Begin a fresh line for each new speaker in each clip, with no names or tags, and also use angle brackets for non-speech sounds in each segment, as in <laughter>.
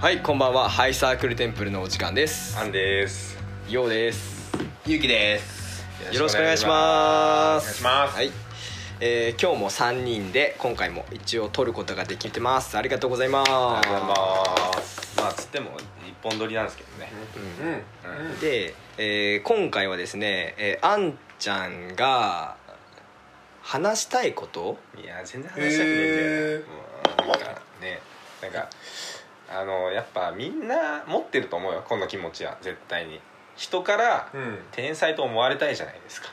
はいこんばんはハイサークルテンプルのお時間です
アンです
ようです
ゆうきです
よろしくお願いします
お願いします
はいえー今日も3人で今回も一応撮ることができてますありがとうございます
ありがとうございます
まあつっても一本撮りなんですけどね
うんうん
うんで、えー今回はですね、えーあんちゃんが話したいこと
いや全然話したくねえんだよなもうなんか
ねなんかあのやっぱみんな持ってると思うよこんな気持ちは絶対に人から
うん
天才と思われたいじゃないですか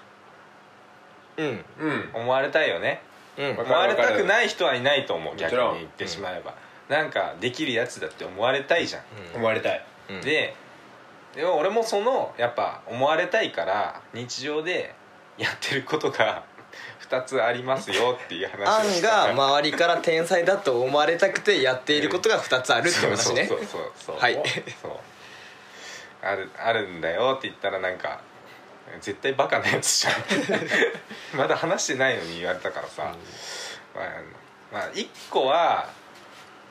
うん
うん
思われたいよね
うん
わ
思
か
わ
る
れ
わかる
たくない人はいないと思う
もち
逆
ろん
に言ってしまえば、なんかできるやつだって思われたいじゃん、
思われたい
うん
ででも俺もそのやっぱ思われたいから日常でやってることが <laughs> 2つありますよっていう
ア
話を
ン
した
が周りから天才だと思われたくてやっていることが2つあるって話ね
そうそうそうそう
はい
そうあるあるんだよって言ったらなんか絶対バカなやつ <laughs> じゃんまだ話してないのに言われたからさ、まあまあ、1個は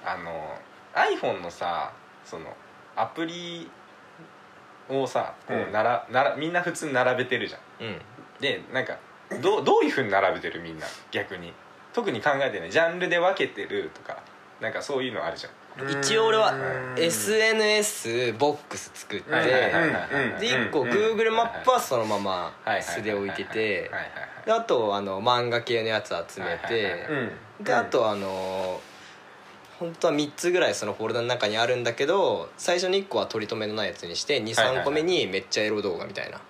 あの iPhone のさそのアプリをさこ
う
うんなら、ならみんな普通に並べてるじゃん
うん
でなんかどうどういうふうに並べてるみんな逆に特に考えてないジャンルで分けてるとかなんかそういうのあるじゃん
一応俺は
うん
SNS ボックス作って
はいはいはいはいはい
で1個
うん
Google マップはそのま
は
ま
い
素で置いてて
はいはい
であとあの漫画系のやつ集め
はいはいはい
て
うん
であとあのー本当は3つぐらいそのフォルダの中にあるんだけど最初に1個は取り留めのないやつにして
はいはいは
23
い
個目にめっちゃエロ動画みたいな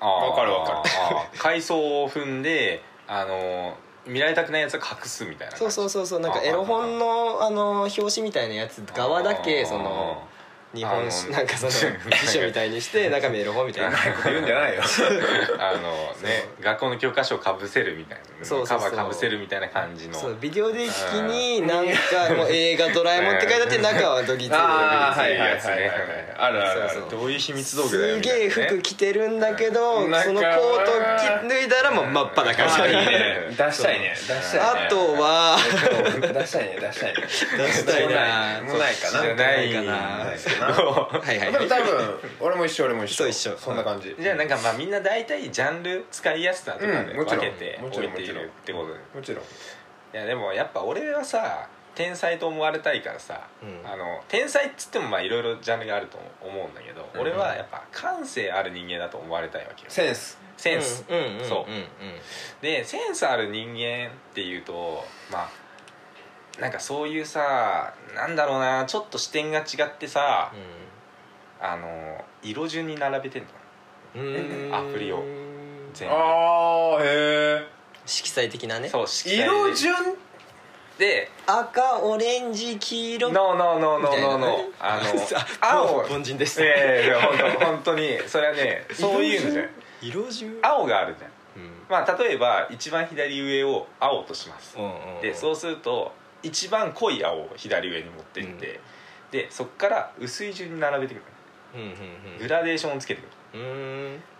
はい
わかるわかる
る階層を踏んであの見られたくないやつは隠すみたいな
そうそうそうそうなんか
あ
エロ本のあの表紙みたいなやつ側だけその日本
あ
史
の
なんかその
<laughs>
辞書みたいにして中身エロ本みたいな
早く
<laughs>
言うんじゃ <laughs> ないよ
あのね学校の教科書をかぶせるみたいな
そうそうそう
カバーかぶせるみたいな感じの
そうビデオデッキになんかもう映画「ドラえもん」って書いてあって中はドギついてる
ああ
ー
はいはいはいはいはいあるあるあ
そう
る
そう
どういう秘密道具だよ
す
みた
げえ
いなね
服着てるんだけど、
うん
そのコート着脱いだらもう真っ裸
あ
じゃん
ーいいね出したいね出したいね
あとは
出したいね出したいね
出したいな
もうないかな
じゃないか
な
<laughs> な
はいは
で
い
も多分俺も一緒俺も一
そう
緒
一緒
そんな感じ
じゃあなんかまあみんな大体ジャンル使いやすさとかで
うんも
分
ちろん
けて
もち
置
ろ
い
ん
ているってことで
もちろ
い
ん
やでもやっぱ俺はさ天才と思われたいからさ、
うん
あの天才っつってもまあいろいろジャンルがあると思うんだけど、俺はやっぱ感性ある人間だと思われたいわけよ
センス
センス、
うんうんうん
そう
うんうん
でセンスある人間っていうとまあなんかそういうさなんだろうなちょっと視点が違ってさ、あの色順に並べてんの
うんうん
アプリを全部
ああへ
色彩的なね
そう色
え
彩で
色順
で
赤オレンジ黄色
ノーノーノーノーノーノー
み
あ
<laughs>
の
青
青
凡人でし
い
た
やいやいや本当本当にそれは
<laughs>
ねそういうのじゃん
色中
青があるじゃん
うん
まあ例えば一番左上を青とします
うんうん
でそうすると一番濃い青を左上に持ってって、でそっから薄い順に並べてく
うんうん
るグラデーションをつけてくる
うんう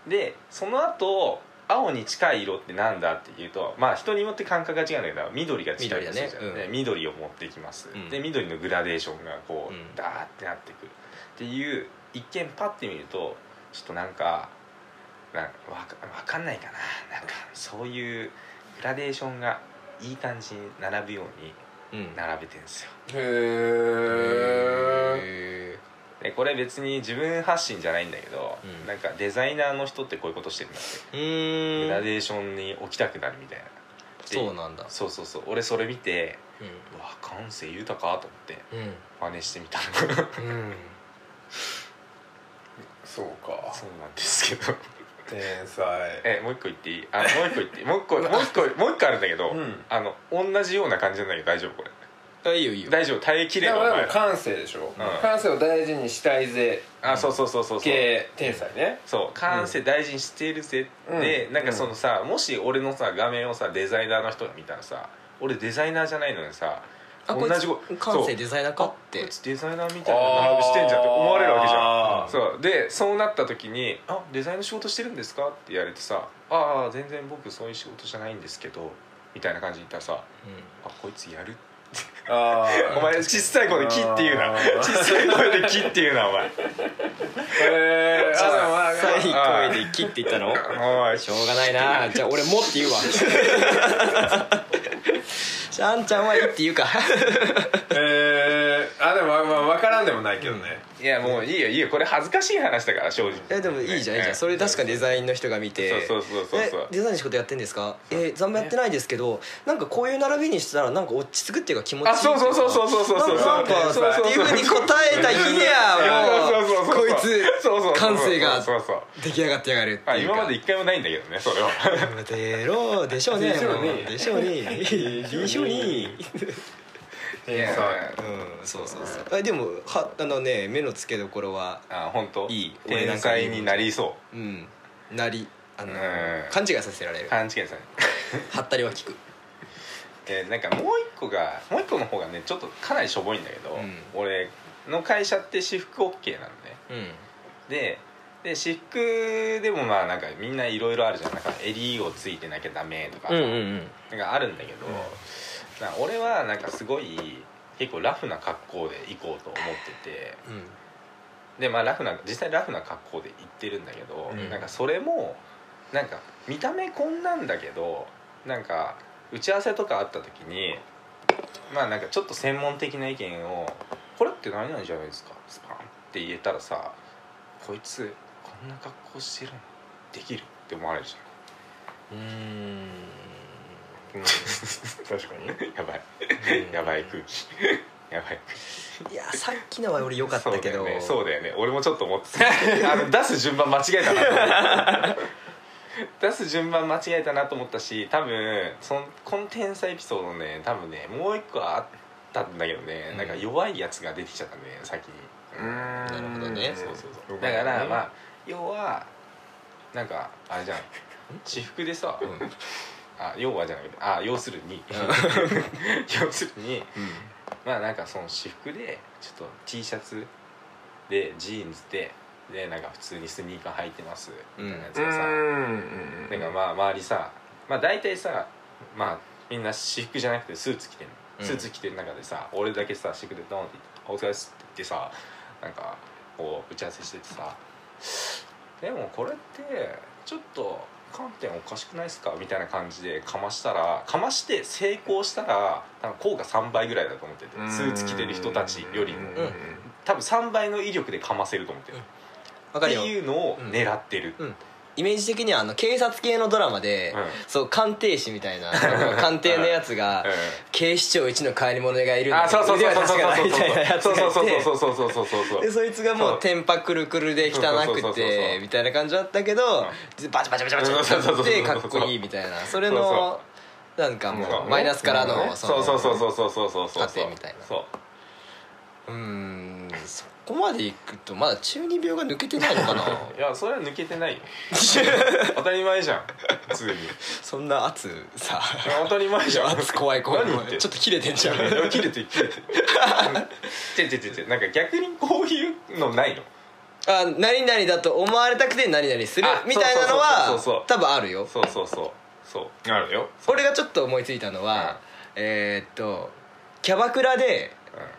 ん
でその後青に近い色ってなんだっていうとまあ人によって感覚が違うんだけど緑が近いでする
緑
じゃん
だねうん
で緑を持ってきます、
うん
で緑のグラデーションがこう、
うん
ダーってなってくるっていう一見パッて見るとちょっとなんかなんかわかわかんないかななんかそういうグラデーションがいい感じに並ぶように
うん
並べてんですよ
へえ
へ
でこれ別に自分発信じゃないんだけど、
うん
なんかデザイナーの人ってこういうことしてるんだって
ーう
グラ
ーん
デーションに置きたくなるみたいなで
そうなんだ
そうそうそう俺それ見て
う
うわ感性豊かと思って
んうん
真似して
<laughs>
みた
うん
そうか
そうなんですけど
天才
えもう一個言っていいあもう一個言っていいも
<laughs>
う一個もう一個もう一個あるんだけど、
うん
あの同じような感じなんだけど大丈夫これ
あいいよいいよ
大丈夫耐えきれ
だ
る
か
お
らで
前
も感性でしょ
ん
感性を大事にしたいぜ
あそうそうそうそうそう
系天才ね
そう感性大事にしてるぜ、
うん
でなんかその
う
さもし俺のさ画面をさデザイナーの人が見たらさ俺デザイナーじゃないのにさ
あ
同
こい
じこ
つ感性デザイナーかっ
あ
て
こいつデザイナーみたいな並びしてんじゃんって思われるわけじゃんそうでそうなった時に「あデザインの仕事してるんですか?」って言われてさ「ああ全然僕そういう仕事じゃないんですけど」みたいな感じに言ったらさ「あこいつやる」
あ
お前小さい声で「キ」って言うな
あー
小さい声で「キ」って言うなお前
えー、あでもまあ
最後声で切っていったの
おい
しょうがないな
<laughs>
じゃあ俺もって言うわ <laughs> じゃああんちゃんはいいって言うか <laughs>
えー、あでもまあまあ分からんでもないけどね、
いやもういいよいいよこれ恥ずかしい話だから正直
えでもいいじゃんいいじゃんそれ確かにデザインの人が見て
そうそうそうそうそう
えデザインの仕事やってんですかえー、残務やってないですけどなんかこういう並びにしたらなんか落ち着くっていうか気持ちいい
あそうそうそうそうそうそうそう
なんかなん
そう
か
そうそう
っていうふうに答えた日に
そ
は
うそう
もう
そうそ
こ
う
い
そうそうそう
つ感性が
そうそうそう
出来上がってやがるって
あ
いうか
今まで一回もないんだけどねそれは
出ろでしょうね
でしょうね
もうでしょうねでしょうね
天才
うんそうそうそうえでもはあのね目の付けどころは
あ本当
いい俺な
天
んかいい
才になりそ
うんなりあの
うん
勘違いさせられ
う
る
勘違いされ
はったりは効く
えーなんかもう一個がもう一個の方がねちょっとかなりしょぼいんだけど、
うん
俺の会社って私服 OK なのね
うん
でで私服でもまあなんかみんないろいろあるじゃんなんか襟をついてなきゃダメとか,、
うんうん
なんかあるんだけど、なんか俺はなんかすごい結構ラフな格好で行こうと思ってて
うん
でまあラフな実際ラフな格好で行ってるんだけど、
うん
なんかそれもなんか見た目こんなんだけどなんか打ち合わせとかあった時にまあなんかちょっと専門的な意見を「これって何なんじゃないですかスパン」って言えたらさ「こいつこんな格好してるのできる?」って思われるじ
うーん
ゃん。
確かに
<laughs> やばいやばい空気 <laughs> やばい
いやさっきのは俺良かったけど
そうだよねそうだよね俺もちょっと思ってたあの出す順番間違えたな
<laughs>
と思った出す順番間違えたなと思ったし多分そのこの天才エピソードね多分ねもう一個あったんだけどね、
うん
なんか弱いやつが出てきちゃったね先に
な
な
るほどね
そうそうそうだからまあ要はなんかあれじゃん私服でさ、
うん
あ要はじゃないあ要するに <laughs> 要するにまあなんかその私服でちょっと T シャツでジーンズででなんか普通にスニーカー履いてますみたいなやつ
う
がさ、
ん
なんかまあ周りさまあ大体さまあみんな私服じゃなくてスーツ着てんの
うん
スーツ着てる中でさ、俺だけさ私服でドーンって「お疲れっす」って言ってさなんかこう打ち合わせしててさ「でもこれってちょっと観点おかしくないっすか?」みたいな感じでかましたらかまして成功したら多分効果3倍ぐらいだと思っててスーツ着てる人たちよりも
うん
多分3倍の威力でかませると思ってる、
わか
って
るよ
いうのを狙ってる、
うんイメージ的にはあの警察系のドラマで、
うん
そう鑑定士みたい
<laughs>
な鑑定のやつが、
うん
警視庁一の変わり者がいるんだ
あ
けど
そうそうそう
腕
そう
は確
そう
かないみたいなやつ
そうそう
がいて
そうそうそうそうそうそうそう
でそいつがも
そう
う天パくるくるで汚
そうそうそう
く
そうそ
て
う
みたいな感じだったけどバチバチバチバチバチ
そうそうそうそう
ってかっこいいみたいなそれ
そう
のなんかもうマイナスからの
そう
の
そうそうそうそうそうそうそう
過程みたいな
そう
うーんそこまでいくとまだ中二病が抜けてないのかな
<laughs> いやそれは抜けてないよ当たり前じゃん普通にい
そんな圧さ
や当たり前じゃん
圧怖 <laughs> い怖い
何
怖
言って
いちょっと切れてんじゃん
いや切れてる切れてるうん違う違う違うなんか逆にこういうのないの
あ何々だと思われたくて何々する
あ
みたいなの
そうそうそうそうそ
は
う
多分あるよ
そうそうそうそう
あるよ
俺がちょっと思いついたのは、えーっとキャバクラで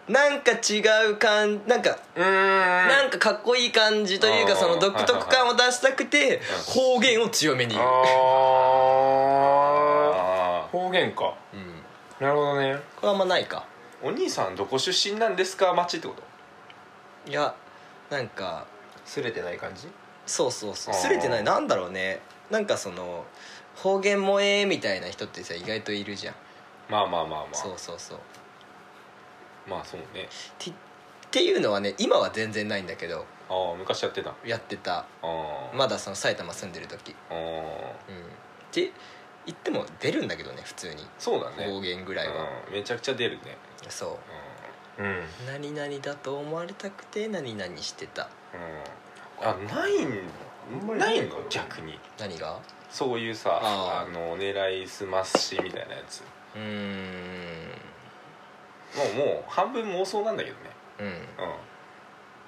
なんか違う感なんか、
うんな
なんかかっこいい感じという
あ
か
ー
その独特感を出したくて方言を強めに言う、
あ
あ
あ方言か
うん、
なるほどね
これあんまないか
ーお兄さんどこ出身なんですか町ってこと
いやなんか
すれてない感じ
そうそうそう
あー
すれてないなんだろうねなんかその方言萌えみたいな人ってさ意外といるじゃん
まあまあまあま
そう
あ
そうそう
まあそうね
てっていうのはね今は全然ないんだけど
ああ昔やってたあ
やってた
あ
まだその埼玉住んでる時、
あー
うん、って言っても出るんだけどね普通に
そうだね
方言ぐらいは、
うん、めちゃくちゃ出るね、
そ
うんうん、
う何々だと思われたくて何々してた
あない
んま
ん
り
な
ない
い
の
の逆に
何が
そういうさあ
あー
の狙いすますしみたいなやつ
うーん
もうもう半分妄想なんだけどね、
うんうん
うん、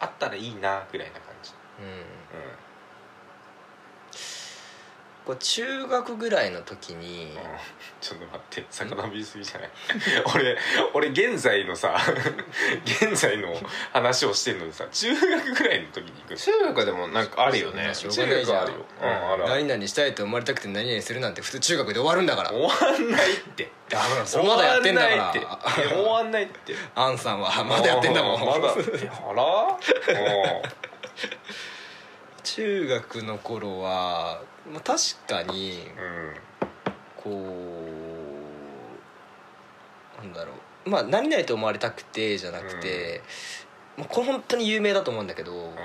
あったらいいなぐらいな感じ、
こう中学ぐらいの時に
うんちょっと待って魚見すぎじゃない <laughs> 俺俺現在のさ <laughs> 現在の話をしてるのにさ中学ぐらいの時に行くの
中学でもなんかあるよね
しょうが
中
ない
学
じゃ
は
ん
あるよ、うん、あるある
何々したいと生まれたくて何々するなんて普通中学で終わるんだから
終わんないって
ダメなのそれまだやってんだか
終わん
ら
ないっていや終わんないって
アンさんはまだやってんだもん
うまだえあら
中学の頃は、まあ、確かに
うん
こうなんだろうまあ何々と思われたくてじゃなくて、まあ、これ本当に有名だと思うんだけど、
う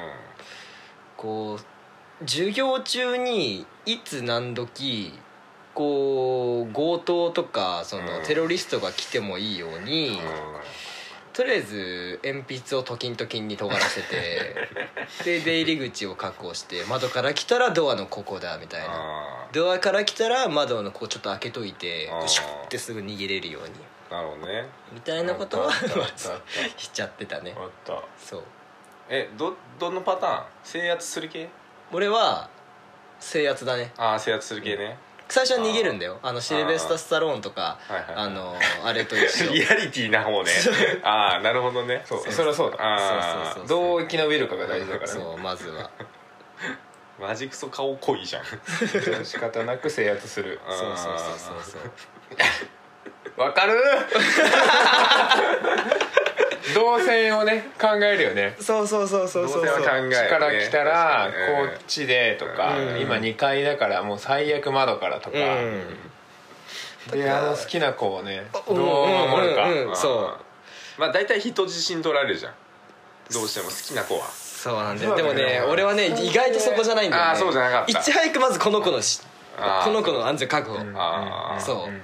こう授業中にいつ何時こう強盗とかその、
うん
テロリストが来てもいいように、
んうん
とりあえず鉛筆をトキントキンに尖らせてで出入り口を確保して窓から来たらドアのここだみたいな
あ
ドアから来たら窓のここちょっと開けといて
あー
シュッてすぐ逃げれるように
ーなるほどね
みたいなことは
あったあった
<laughs> しちゃってたね
あった
そう
えどどのパターン制圧する系
俺は制圧だね
ああ制圧する系ね、
最初は逃げるんだよあのシルベスタ・スタローンとか
はいはい
あのあれと一緒
リアリティな方ねああなるほどね
そうそれはそうだ
あ
そうそうそう
あ
どう生き延びるかが大事だからね
そうまずは
マジクソ顔濃いじゃん
<laughs> 仕方なく制圧する
そうそうそうそうそう
わかる <laughs> 動線をね考えるよね
そうそうそうそうそう
どうせわかん
そ
える
こ
ね
っちから来たら
確かにね
こっちでとか
うん
今2階だからもう最悪窓からとか
ううん
であの好きな子をね
う
ど
ん
う守るか
うんうんうんそう
まあ大体人自信取られるじゃんどうしても好きな子は
そうなんだ
そ
よ
う
で
だ
も
ね
ね俺はね意外とそこじゃないんだよね
あーそうじゃなかった
いち早くまずこの子のし
あー
この子の安全確保
うん
ああ
そう
うんうん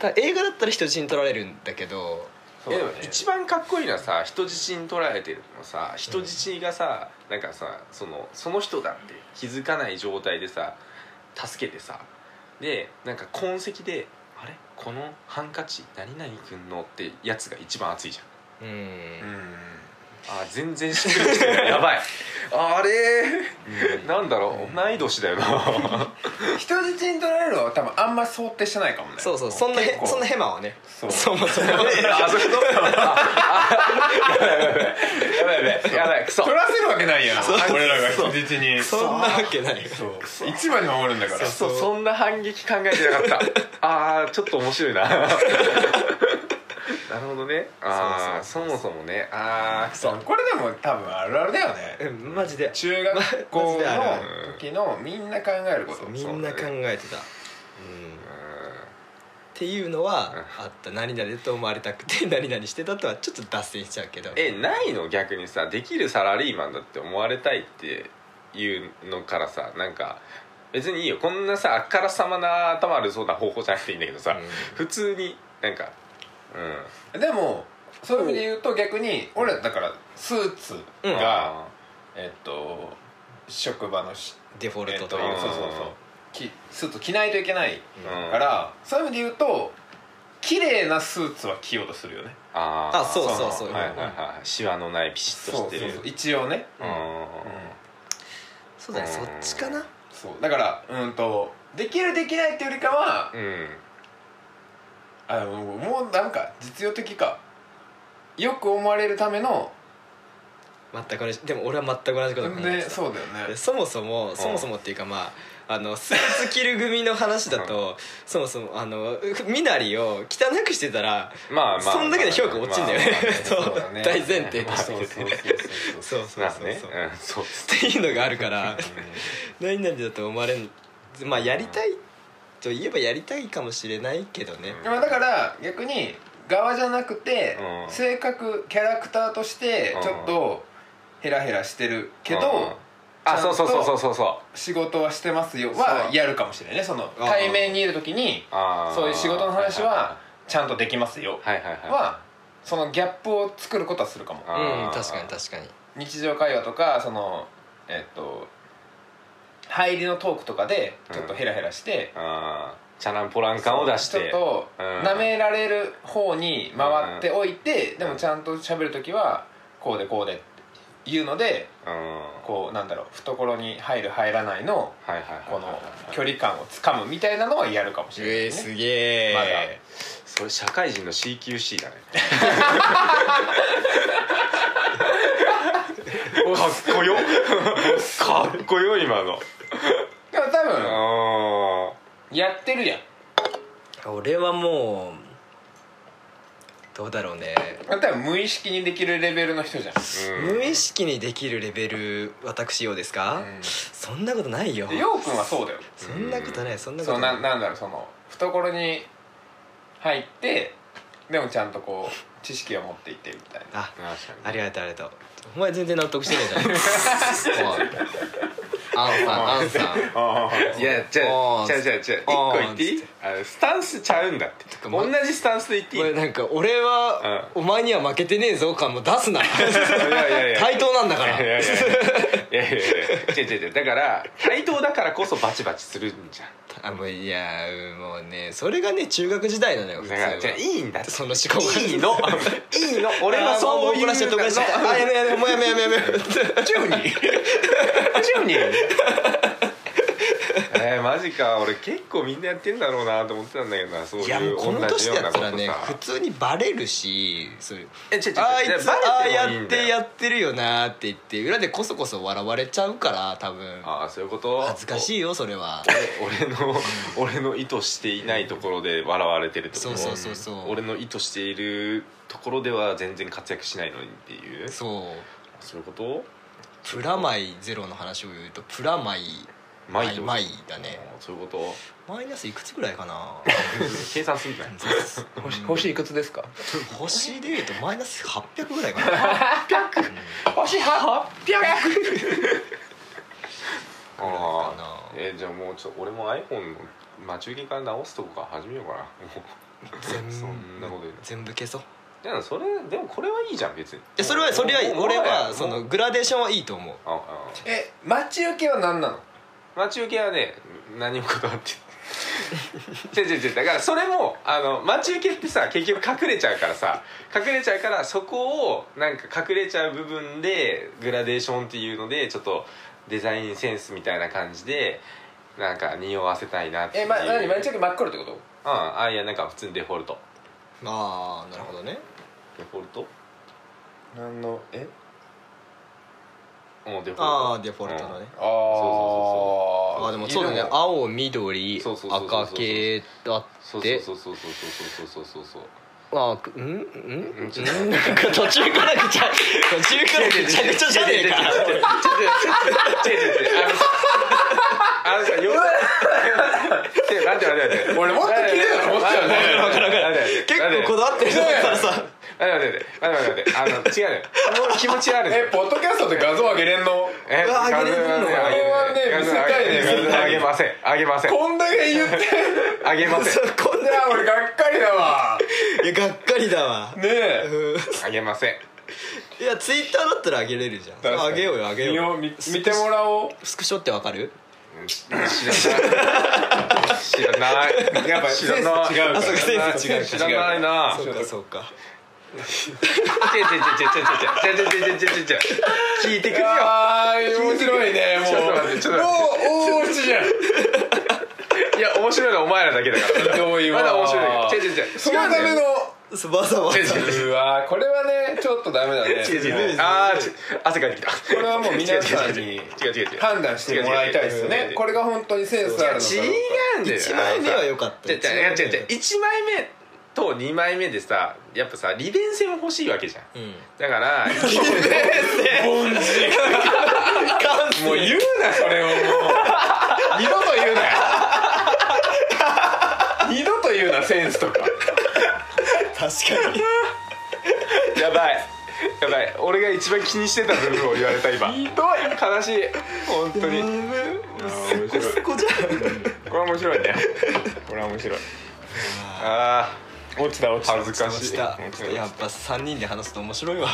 だから映画だったら人質に取られるんだけど
そうだ
でも
ね
一番かっこいいのはさ人質に取られてるのさ人質がさ、なんかさそのその人だって気づかない状態でさ助けてさでなんか痕跡で「あれこのハンカチ何々くんの」ってやつが一番熱いじゃん
う
うんん
あー全然しっくりきてないや
<laughs>
ばいあれーなんだろう同い年だよな
人質に取られるのは多分あんま想定してないかもね
そうそうそんなへ
結構
そんなヘマはね
<laughs> そ
<laughs>
う
そもそも
<laughs> あそれどう <laughs> やばいやばいやばいやばいクソ
取らせるわけないやん俺らが人質に
そんなわけ <laughs> ないよ
そう一番に守るんだから
そうそんな反撃考えてな
<laughs>
かったあーちょっと面白いななるほどねああそもそもねああ
そうこれでも多分あるあるだよね
うんマジで
中学校
マジであるあ
の時のみんな考えるこ
そ
と
う
みんな考えてたうんっていうのはあった何々と思われたくて <laughs> 何々してたとはちょっと脱線しちゃうけど
えないの逆にさできるサラリーマンだって思われたいっていうのからさなんか別にいいよこんなさあからさまな頭悪そうな方法じゃなくていいんだけどさ、
うん
普通になんかうん
でもそういう意味で言うと逆に俺らだからスーツが、えっと職場のし
デフォ
え
ル
っ
ト
と
と
そう
い
そうう
か
そうきスーツ着ないといけない
うん
から、そういう意味で言うと綺麗なスーツは着ようとするよね
あー
あそうそう
そう
はいはいはいシワのないピシッとしてる
そう一応ね、
うん
そうだねそっちかな
そうだからうんとできるできないっていうよりかは、
うん
あのもうなんか実用的かよく思われるための
全く同じでも俺は全く同じこと考え
で
てた
そうだよね
でそもそもそもそもっていうかまああのスーツ着る組の話だとそもそもあの身なりを汚くしてたら
まあまあ
そんだけで評価落ちんだよね
まあまあま
<laughs> そ
あ
う
だね
大前提として
そうそうそうそう
そうそうそうそう
まあねうんそう
っていうのがあるから何々だと思われんまあやりたいと言えばやりたいかもしれないけどね
うん
まあだから逆に側じゃなくて、
うん
性格キャラクターとしてちょっとヘラヘラしてるけど、
うんあそうそうそうそうそうそう
仕事はしてますよは
そう
やるかもしれないねその
あー
対面にいる時に
あー
そういう仕事の話はちゃんとできますよ
はいはいはい
はそのギャップを作ることはするかも
あー
うん確かに確かに
日常会話とかそのえっと入りのトークとかでちょっとヘラヘラして、
あーチャランポラン感を出して
ちょっ
う
と
ん
舐められる方に回っておいて、でもちゃんと喋る時はこうでこうでいうので
うん
こうなんだろう懐に入る入らないの
はいはいはい
この距離感をつかむみたいなのはやるかもしれない
え
です
す
ね、
げ
まだ
え
それ社会人の CQC だねかっこよかっこよ今の
でも多
う
分
ん
やってるやん
俺はもうどうだろうね
多分無意識にできるレベルの人じゃん
うん
無意識にできるレベル私ようですか、
うん
そんなことないよ
でようくんはそうだよ
そんなことないそんなこ
そ
と
う
な
ないなんだろうその懐に入ってでもちゃんとこう知識を持っていってみたいな
あ
確かに
ありがとうありがとうお前全然納得してないじゃ
<laughs>
んおいアンさんアンさん
いや、じゃ
あー
あ、じゃあ、じゃあ、じゃあ、一個言っていいあの、スタンスちゃうんだって。
か
同じスタンスで言っていい
お前なんか俺はお前には負けてねえぞ感も出すな
いやいやいや。
対等なんだから
いやいやいや。いやいやいや。違う違う違う。だから、対等だからこそバチバチするんじゃん。
あもういやうんもうねそれがね中学時代なのよ普通
だから、じゃあ、
はい
いんだって。
その思考が
い
<laughs>
いの。いいの。俺はそういう
あーも怒らせて怒らせてあやめやめもうやめやめやめ
ジュニ
ジュニー <laughs> えー、マジか俺結構みんなやってんだろうなと思ってたんだけどなそういう
いやもうこの
同じ
年
よう
だ
な
った
こと
らね
さ
普通にバレるしそういう
え違う違う違う
あい
いや
つあ
バ
あ
レてもいい
やっ
んだよ
てやってるよなって言って裏でこそこそ笑われちゃうから多分
ああそういうこと
恥ずかしいよそれは
俺の
<laughs>
俺の意図していないところで笑われてるってこと
そうそうそうそう
俺の意図しているところでは全然活躍しないのにっていうそ
そう
ういうこと
プラマイゼロの話を言うとプラマイ
マイってこと
マイだね
あーそういうこと
マイナスいくつぐらいかな
計算すんじゃない
星星いくつですか
星でいうとマイナス800ぐらいかな
星800
かな
あーえーじゃあもうちょっと俺も iPhone の待ち受けから直すとこから始めようかなも <laughs>
全
うそんなこと言うの
全部消そう
いやそれでもこれはいいじゃん別にい
いやそれはそれは俺はそのグラデーションはいいと思う
ああ
え待ち受けは何なの
待ち受けはね何もこだわってない <laughs> 違う違う違うだからそれもあの待ち受けってさ結局隠れちゃうからさ隠れちゃうからそこをなんか隠れちゃう部分でグラデーションっていうのでちょっとデザインセンスみたいな感じでなんか匂わせたいなっていう
えま何待ち受
け
け真っ黒ってこと
うんあいやなんか普通にデフォルト
ああなるほどね
デフォルト
何のえ
うんデフォルト
ああデフォルトのね、
うん
ああ
あーでもそうだね青緑
そうそうそうそうそう
赤系だっ
そうそう
て
そうそうそうそうそうそうそう
あくんん
うんちょっと
んなんか途中からぐちゃ途中からぐちゃぐちゃじゃねえか
ちょっとちょっとちょっとちょっとちょっとちょっとあのさあのさよちょっと待って待って待って
俺もっと綺麗だと思ってたよね
待って待って待って
結構こだわってる人だからさ
待って待って待って待って待ってあの違うのよ気持ち気持ちある
えポッドキャストで画像上げれんの
え
うわ上げれるの
画像上げ
これはね見せたいね
画像上げ画像上げません上げません
こんだけ言って
<laughs>
上げません
こん
いや俺がっかりだわ
いやがっかりだわ
ねえ
うん
上げません
いやツイッターだったらあげれるじゃんあげようよあげようよ
見よう見見てもらおう
スクショってわかる
知らない知らない
やっぱ
知らない
センス違うから
あそうかセンス違うから
知らないな
そうかそうか
違う違う違う違う違う違う違う違う違う違う違う聞いてくれよ
あー面白いねも
ちょっと
う
待ってちょっと待
もう大落ちじゃん
いや面白いのはお前らだけだから
ひどいわ
まだ面白いけど違う違う違う
そのための
そばさば
違う違う違う
うわーこれはねちょっとダメだね
違う違う違うあーち汗かいてきた
これはもう皆さん
違
に
う違う違う違う
判断してもらいたいですよ
違う違う違
ね
う
これが本当にセンスあるのか
違うんだよ
1枚目は良かった
違う違う違う違う1枚目と2枚目でさやっぱさ利便性も欲しいわけじゃん
うん
だから
もう言うなそれをもう二度と言うなよ二度と言うなセンスとか
確かに
やばいやばい俺が一番気にしてた部分を言われた今ひどい悲しい本当に面白い
ここじゃん
これは面白いねこれは面白いあー
落ちた落ちた
恥ずかしい
やっぱ3人で話すと面白いわ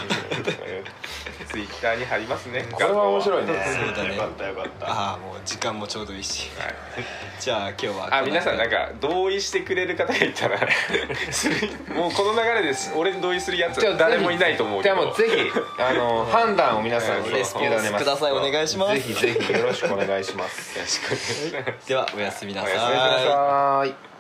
ツイッターに貼りますね
<laughs> これは面白いね
そうだね
よかったよかった
ああもう時間もちょうどいいし
はい
じゃあ今日は
あ皆さんなん
か
か同意してくれる方がいた
<laughs>
らするもうこの流れです俺に同意するやつは誰もいないと思うけ
じゃ
ど
あもうぜひあの判断を皆さんに委ね
レ
ま
ス
す
ポンスくださいお願いします
ぜひぜひよろしくお願いします
よろしくお願いします
ではおやすみなさ
おやすみなさい
い
はーい